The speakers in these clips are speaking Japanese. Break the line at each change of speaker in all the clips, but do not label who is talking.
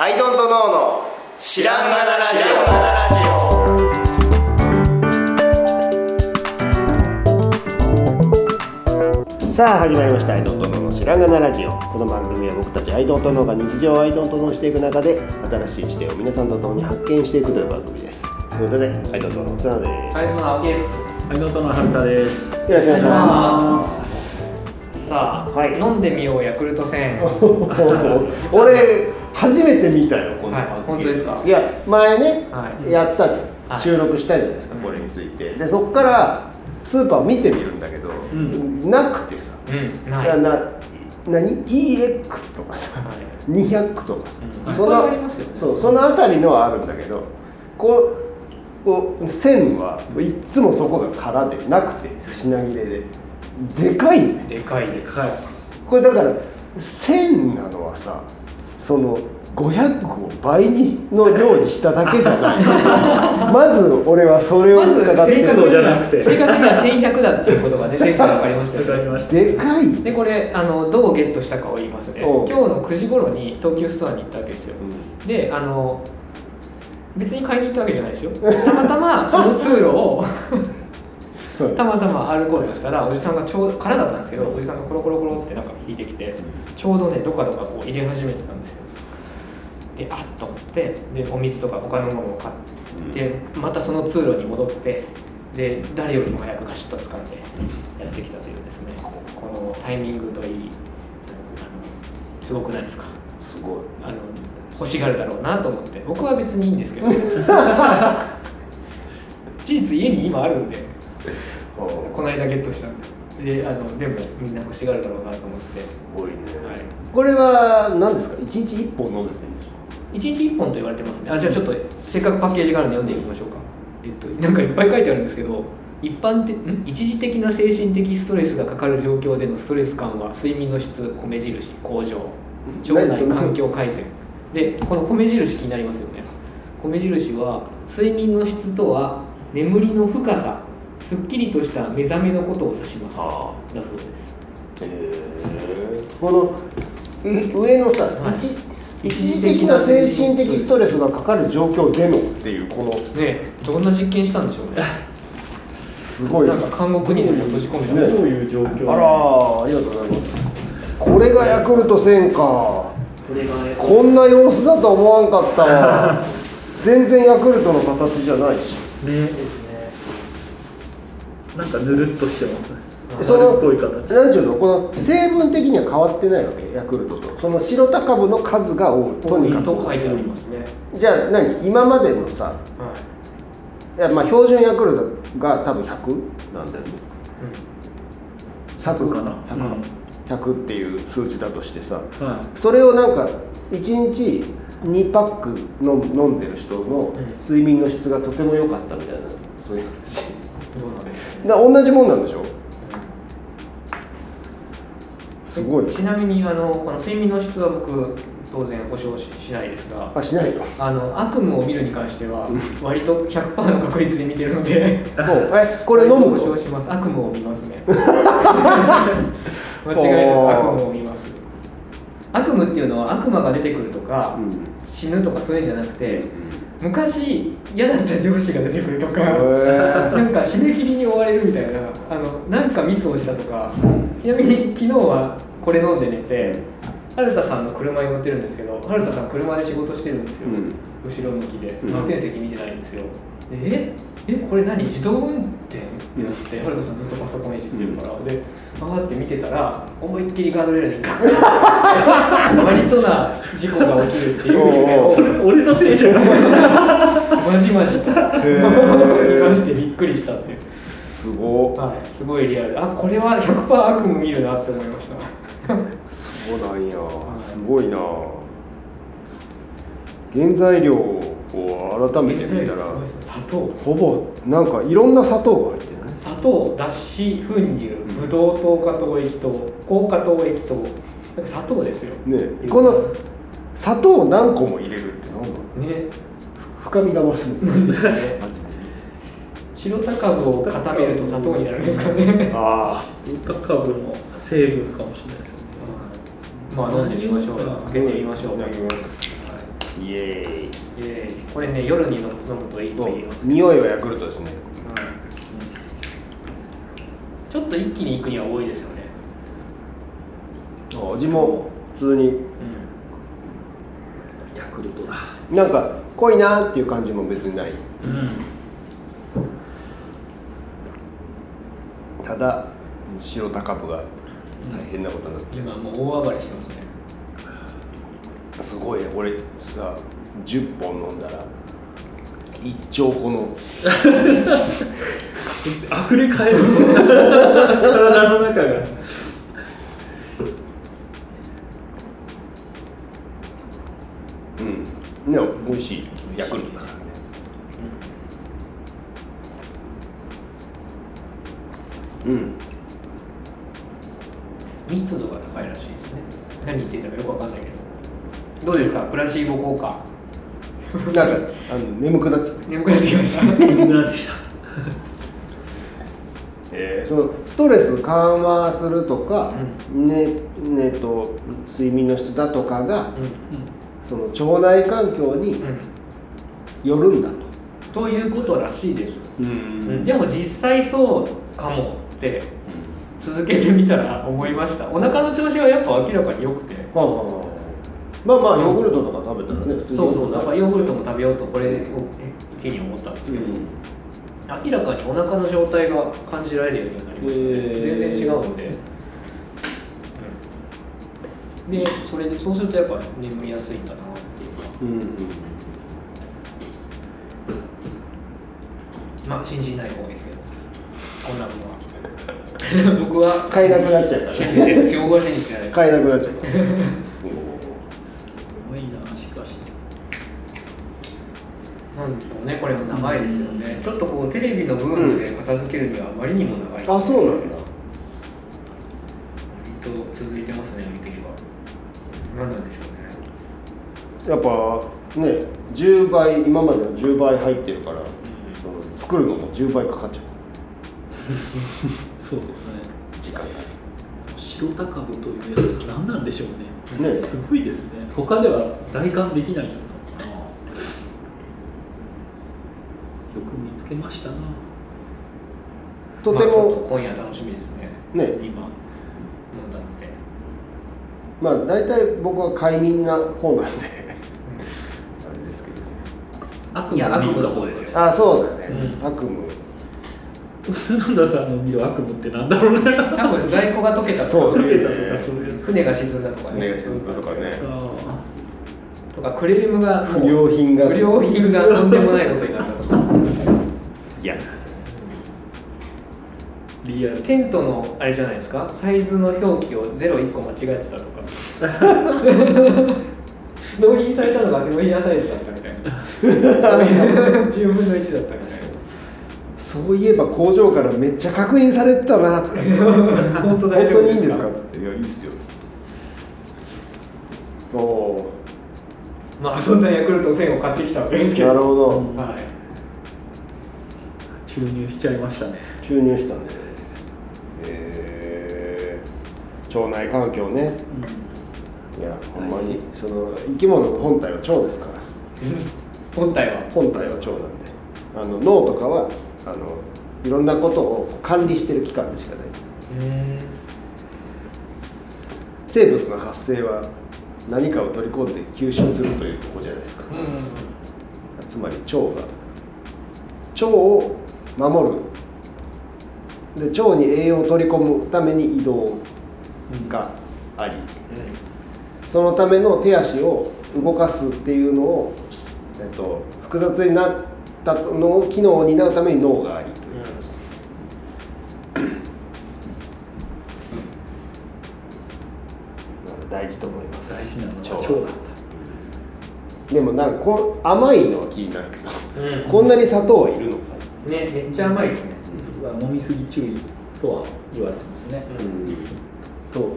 アイドントノーの知らんがなラジ
さあ始まりました「アイドントノーの知らんがなラジオ」この番組は僕たちアイドントノーが日常をアイドントノーしていく中で新しい視点を皆さんと共に発見していくという番組ですということでアイドントノーの綱で
はい、まあ、です。。
はい、どうも、はるたです。
すよろしくお願いします
さあ、
はい
飲んでみようヤクルト 戦。
す俺初めて見たよこの
はい
パッケージ
本当ですか
いや前ね、
はい
やってたじゃん、
はい
収録したじゃないですか、
うん
これについてでそっからスーパー見てみるんだけど、
ん
なくてさ、
うん、
な
ない。はい。
な何 EX とかさ200とかさ
うん
そ
いっぱいありますよね
のそうその辺りのはあるんだけどこうこう線はいっつもそこが空でなくて品切れででかいね
でかいでかい。
これだから線なのはさその500を倍にの量にしただけじゃ ないまず俺はそれを
まず
伺って
正確度じゃなくて
正確には1100だっていうこと がね、全部わかりました
わかり
よね。
ました。
でかい
で、これあのどうゲットしたかを言いますね。
お
今
う
日の9時頃に東急ストアに行ったわけですよ。で、あの別に買いに行ったわけじゃないですよ。たまたまその通路を。
うん
たまたま歩こうとしたらおじさんがちょうど空だったんですけどおじさんがコロコロコロってなんか引いてきてちょうどねどかどかこう入れ始めてたんですよであっと思ってでお水とか他のものを買ってまたその通路に戻ってで誰よりも早くガシッと掴んでやってきたというですねこのタイミングといいあのすごくないですか
すごい
あの欲しがるだろうなと思って僕は別にいいんですけど事実家に今あるんで
うん
この間ゲットしたんでであのでもみんな欲しがるだろうなと思って、
すごいね
はい、
これは何ですか一日一本飲んでていいんですか
1日1本と言われてますねあじゃあちょっとせっかくパッケージがあるんで読んでいきましょうかえっとなんかいっぱい書いてあるんですけど一般的ん一時的な精神的ストレスがかかる状況でのストレス感は睡眠の質米印向上腸内環境改善でこの米印気になりますよね米印は睡眠の質とは眠りの深さすっきりとした目覚めのことを指しますだ
あ
そうです
このう上のさ、
はい
一一時的な精神的ストレスがかかる状況でのっていうこの
ねえどんな実験したんでしょうね
すごい
なんか監獄にでも閉じ込めた、
ね
どういう状
あ
況。
らありがとうございますこれがヤクルト1000か
これがね。
こんな様子だと思わんかったわ全然ヤクルトの形じゃないし
ね、ですね。なんかぬるっとしてますね。
その
丸っぽい形。
なんちゅうのこの成分的には変わってないわけヤクルトとその白タ株の数が多いと
と
に
に
か
か
く
く書いてありますね、
じゃあ何今までのさ
はい
やまあ標準ヤクルトが多分100なんだよね
100かな
100 100っていう数字だとしてさ
は
それをなんか1日2パック飲む飲んでる人の
うん
睡眠の質がとても良かったみたいなそういう話
い、どうな
な同
んでしょうね
じもんなんでしょすごい
ちなみにあのこの睡眠の質は僕当然保証ししないですが
あしないよ
あの悪夢を見るに関しては割と100%の確率で見てるので
もうえ これ飲む
割と
の
保証します悪夢を見ます ね間違いなく悪夢を見ます悪夢っていうのは悪魔が出てくるとか、
うん
死ぬとかそういうんじゃなくて昔嫌だった上司が出てくるとか、
へー
なんか締め切りに追われるみたいなあのなんかミスをしたとかちなみに昨日はこれ飲んで寝て春田さんの車に乗ってるんですけど春田さん車で仕事してるんですよ、
うん
後ろ向きで
ん
運転席見てないんですよ、でええこれ何自動運転ってなって春田さんずっとパソコンいじってるから、でバーって見てたら思いっきりガードレールにガッ 割とな事故が起きるっていう夢を
おー
それ、俺のせいじゃない。
まじまじと
ー
見ましてびっくりしたっていう、
すごっ
はい、すごいリアルあこれは100%悪夢見るなって思いました
そうなんやすごいな原材料を改めて見たら
そうです砂糖
ほぼなんかいろんな砂糖が入ってない
砂糖脱脂粉乳ブドウ糖化糖液糖高化糖液糖なんか砂糖ですよ
ねえこの砂糖を何個も入れるってなんだろう
ね
深みが増すね
ね
マジで
白タカブを固めると砂糖になるんですかね
あ
オタ株の成分かもしれないですね。
まあ飲んでみましょうよ開けてみましょう
いただきますイエーイ
えーこれね夜に飲む飲むといいと
そう
言います、
匂いはヤクルトですね
うんちょっと一気に行くには多いですよね、
味も普通に
ヤクルトだ
なんか濃いなっていう感じも別にない
うん
ただ白高部が大変なことになって
今もう大暴れしてますね
すごいね俺さ10本飲んだら一丁この
溢れ 返る体の中が
うんね美味しいヤクルトだからねうん
密度が高いらしいですね何言ってんだかよくわかんないけどどうですかプラシーボ効果
なんかあの眠くなっちゃう
眠くなってきました
眠くなってきた
えーそのストレス緩和するとか、ねねと睡眠の質だとかが、
う
その腸内環境に
ん、うん、
よるんだと、
ということらしいです、
うん
でも実際そうかもって続けてみたら思いましたお腹の調子はやっぱ明らかに良くて
はあはあはあまあまあヨーグルトとか食べたらね普通に
そうそうだからヨーグルトも食べようとこれを一気に思ったんですけど、明らかにお腹の状態が感じられるようになりましたね、
へー
全然違うんで、うんでそれでそうするとやっぱ眠りやすいんだなっていうか
うんうん
まあ信じない方ですけどこん なのは僕は
買えなくなっちゃうから
信
ね
じてる僕は信じてな い
買えなくな っちゃうから
多いなしかし
なんでしょうねこれも長いですよねちょっとこうテレビのブームで片付けるにはあまりにも長い、
あそうなんだ
割と続いてますね売り切りは何なんでしょうね
やっぱね10倍今までの10倍入ってるから、その作るのも10倍かかっちゃう
そうそうね
時間が
白高部というやつ何なんでしょうね
ね
すごいですね他では代官できないと思うなよく見つけましたな
とて
まあちょっ
も
と今夜楽しみですね
ね
今飲んだので
まあ大体僕は快眠な方なんで あれですけど
悪
いや悪夢
夢見
の
る
方ですよ
あそうだね、
う
悪夢
角田さんの見る悪夢ってなんだろうね
多分在庫が溶けた
そ
と
う
か
溶けたとかそういうやつ
船が沈んだとかね
かね
あ
とかクレームがもう
不良品が
不良品がとんでもないことになったとか
いや
ーリアル
テントのあれじゃないですかサイズの表記を01個間違えてたとか納品されたのが納品サイズだったみたいな10分の1だったみたいな
そういえば工場からめっちゃ確認されてたなって
本当
本
大丈
当
夫
にい
で
いん
す
です
か
かっていやいいっすよお
まあそんなヤクルト1000を買ってきたわけですけ
ーな
ど
るほど
はい
注入しちゃいましたね
注入したんでえー、腸内環境ねいやほんまにその生き物の本体は腸ですから
本体は
本体は腸なんであの脳とかはあのいろんなことを管理してる機関でしかない
うん
生物の発生は何かを取り込んで吸収するということじゃないですかつまり腸が腸を守るで腸に栄養を取り込むために移動がありそのための手足を動かすっていうのを、えっと、複雑になったのを機能を担うために脳がありというのが大事と思います
大事なのは
腸
腸だっ
でもなんかこう甘いのは気になるけど
うんうん
こんなに砂糖はいるのか
ねめっちゃ甘いですね
たそこは飲みすぎ注意とは言われてますね糖糖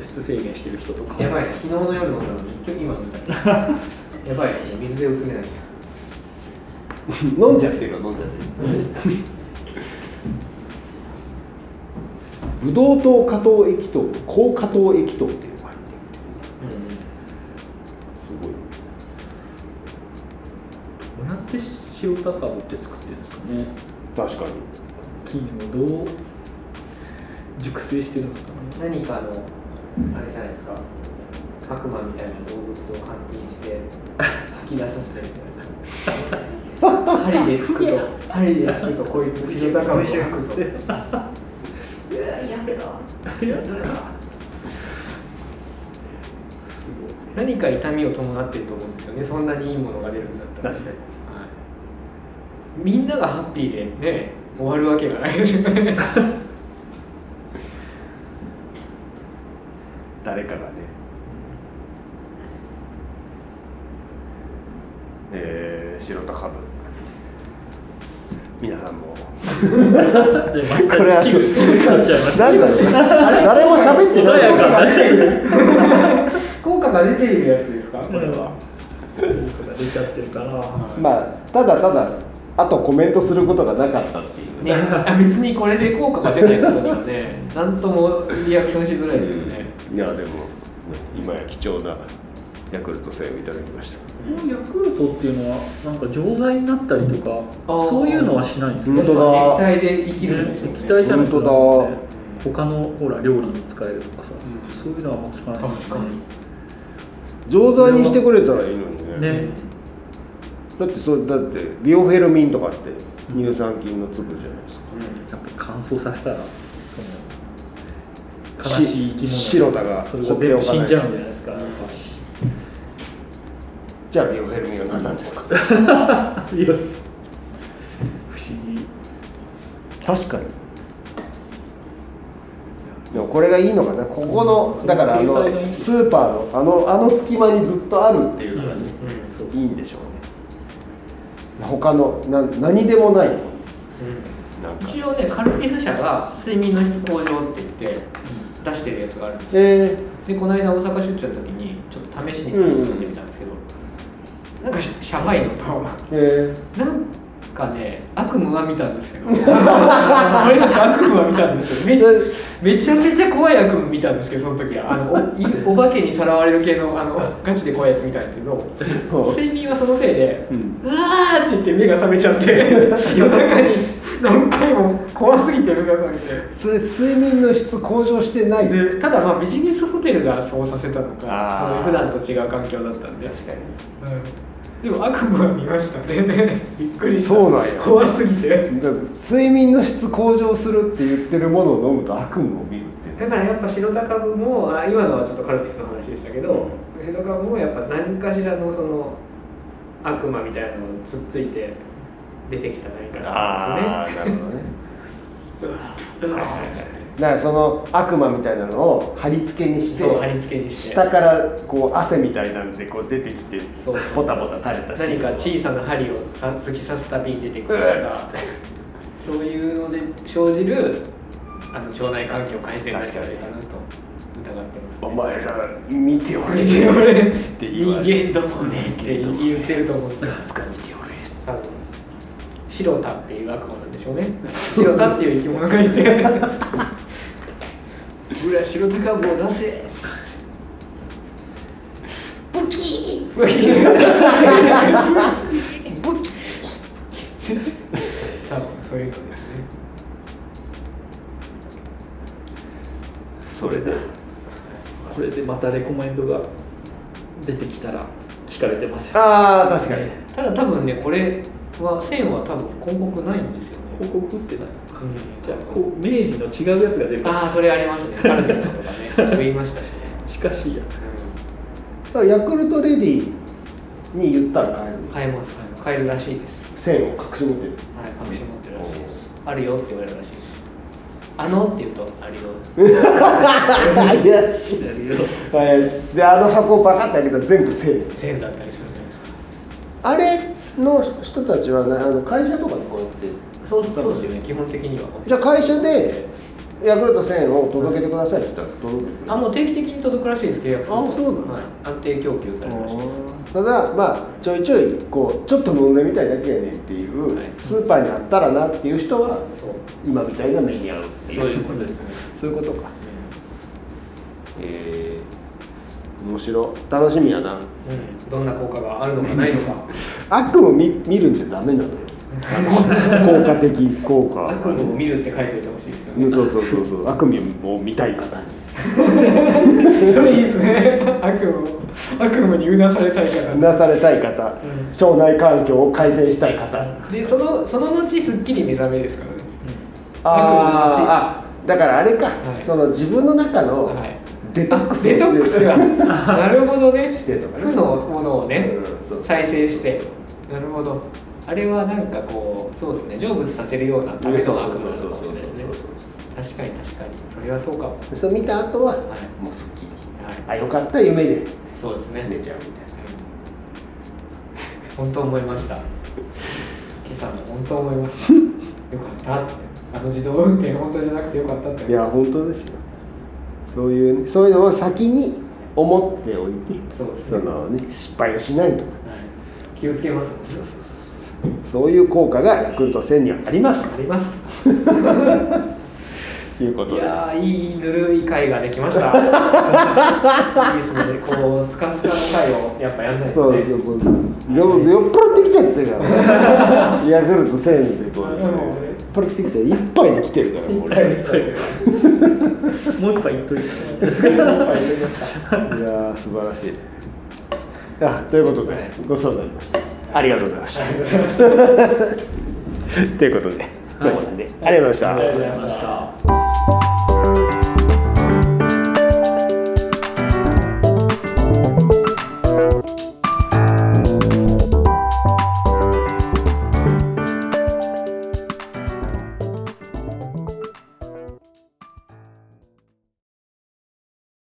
質制限してる人とか
やばい昨日の夜飲んだのに今日今飲んだよ やばいですね水で薄めなきゃ
飲んじゃってるの飲んじゃってるブドウ糖果糖液糖高果糖液糖っていうのが入ってる
う
すごい
で塩高ぶって作ってるんですかね
確かに
金をどう熟成してるんですかね
何かのあれじゃないですか悪魔みたいな動物を監禁して吐き出させたりとか針でつくと針でつくとこいつ白高を吐くぞ何か痛みを伴ってると思うんですよねそんなにいいものが出るんだったら
確かに
はいみんながハッピーでね終わるわけがないですよね
誰かがねえー、白田ハブ皆さんもこれあの
チルチルされちゃいました
何だろう誰も喋って
穏
ない
やかになっちゃう
効果が出ているやつですかこれは
効果が出ちゃってるから
まあただただあとコメントすることがなかったっていう
ね、あ別にこれで効果が出ないことにはね、なんともリアクションしづらいですよね。
いやでも今や貴重なヤクルト1000をいただきました
このヤクルトっていうのはなんか錠剤になったりとか
あー
そういうのはしないんです
本当だ
液体で生きるんですよね。
液体じゃなくて
本当だ
他のほら料理に使えるとかさ、
うん
そういうのはあんま聞かないです
確かに
錠剤にしてくれたらいいのにね
ねね
だってそれだってビオフェルミンとかって乳酸菌の粒じゃないですか
やっぱ乾燥させたらその悲しい生き物
し白田が
それが全
放っ
部
ておかない
死んじゃうんじゃないですか、
じゃあビオフェルミンは何なんですか
いや不思議
確かにでもこれがいいのかなここのだからあのスーパーのあのあの隙間にずっとあるっていうのがね、
そう
いいんでしょうね他のな何でもないもんなんか
一応ね、カルピス社が睡眠の質向上って言って出してるやつがあるんですよ
え
でこの間大阪出張の時にちょっと試しに飲んでみたんですけど、なんかシャシャバいのと
ー、え
なんかね悪夢は見たんで すけど俺なんか悪夢は見たんですけど
ー、
めちゃめちゃ怖い悪夢見たんですけどその時はあ のおお化けにさらわれる系のあのガチで怖いやつ見たんですけ ど睡眠はそのせいで
う
「
ん
うわ!」って言って目が覚めちゃ って夜中に何回も怖すぎて目が覚めて
それ睡眠の質向上してない
でただまあビジネスホテルがそうさせたのか
あー
そういう普段と違う環境だったんで、
確かに
うん、でも悪夢は見ましたね びっくりした
そうなんや
怖すぎて
だから睡眠の質向上するって言ってるものを飲むと悪夢を見るってね
だからやっぱ白高部もあ今のはちょっとカルピスの話でしたけど白高部もやっぱ何かしらのその悪魔みたいなのをつっついて出てきた何かなん
あーなるほどね
ですよねうわーっつって
だからその悪魔みたいなのを貼り付けにして
そう貼り付けにして
下からこう汗みたいなんでこう出てきて
そうそう
ポタポタ垂れたし
何か小さな針をさ突き刺すたびに出てくるとかそういうので生じるあの腸内環境改善なんじゃないかなと疑ってます、
お前ら見ておれ
見て俺
て言われ
人間どもねって言ってると思ってますから
見ておれ
多分白田っていう悪魔なんでしょうね白田っていう生き物がいて「俺は白田株を出せ」ブキーブキーブキー多分そういうことですね
それだ
これでまたレコメンドが出てきたら聞かれてますよ
ああ確かに
ただ多分ねこれは線は多分広告ないんですよね、
広告ってないのか
うん
じゃあこう明治の違うやつが出る
ああそれありますねカルピスとかねちょっと言いましたしね、
近しいや
だからヤクルトレディに言ったら買える
うん、買えます買えるらしいです
線を隠し持ってる
はい、確信持ってるらしいです。あるよって言われるらしいです。あのって言うと、あるよ。
怪しい
つ
怪しいであの箱をバカって開けたら全部線
線だったりするじゃないです
あ
か。
れの人たちはなあの会社とかにこうやって
そうそうですよね、基本的には。
じゃあ会社でヤクルト1000を届けてくださいって言ったら届けてくれる
あ、もう定期的に届くらしいです、契約すると
あそうなの
はい。安定供給されるらしいです。
ただまあちょいちょいこうちょっと飲んでみたいだけやねんっていう、
はい
スーパーにあったらなっていう人は
そう。
今みたいな目に遭うっていう
そういうことですね。
そういうことかえー、面白楽しみやな
うん、どんな効果があるのかないのか。
悪夢見見るんじゃダメなのよ 効果的効果
悪夢を見るって書いておいてほしいですよ
う
ね
んそうそうそうそう 悪夢を見たい方に
それいいですね悪夢を悪夢にうなされたいから
なされたい方
う
腸内環境を改善したい方
でそのその後すっきり目覚めですからね、
あーあだからあれか、
はい
その自分の中の
はい
デトックスを
デトックスがなるほどね
してとかね
負のものをね
うんそう
再生してなるほどあれはなんかこうそうですね成仏させるようなための悪夢なのかもしれないですね確かに確かにそれはそうかもは
それ見た後は、
い
もうすっきり
はい
あよかった夢で
そうですね
寝ちゃうみたいな
本当思いました今朝も本当思いました よかったあの自動運転本当じゃなくてよかったって
いや本当ですよそういう、ね、そういうのを先に思っておいて
そうです
そ
ね、
のね失敗をしないとか
はい、気をつけますそうそう
そういう効果がヤクルト1000にはあります
あります
ということ
い
で
やーいいぬるい回ができましたいいですねこうスカスカの回をやっぱやんない
そ
と
う
ね
そうそう酔酔っ払ってきちゃってるから、ヤクルト1000でこう
なるほど
酔
ね
っ払ってきて一杯で来てるからもう俺
もう一杯言っといて
いやー素晴らしいあということで、ごちそうになりましたありがとうございましたということで今日もなんで、ありがとうございました
ありがとうございました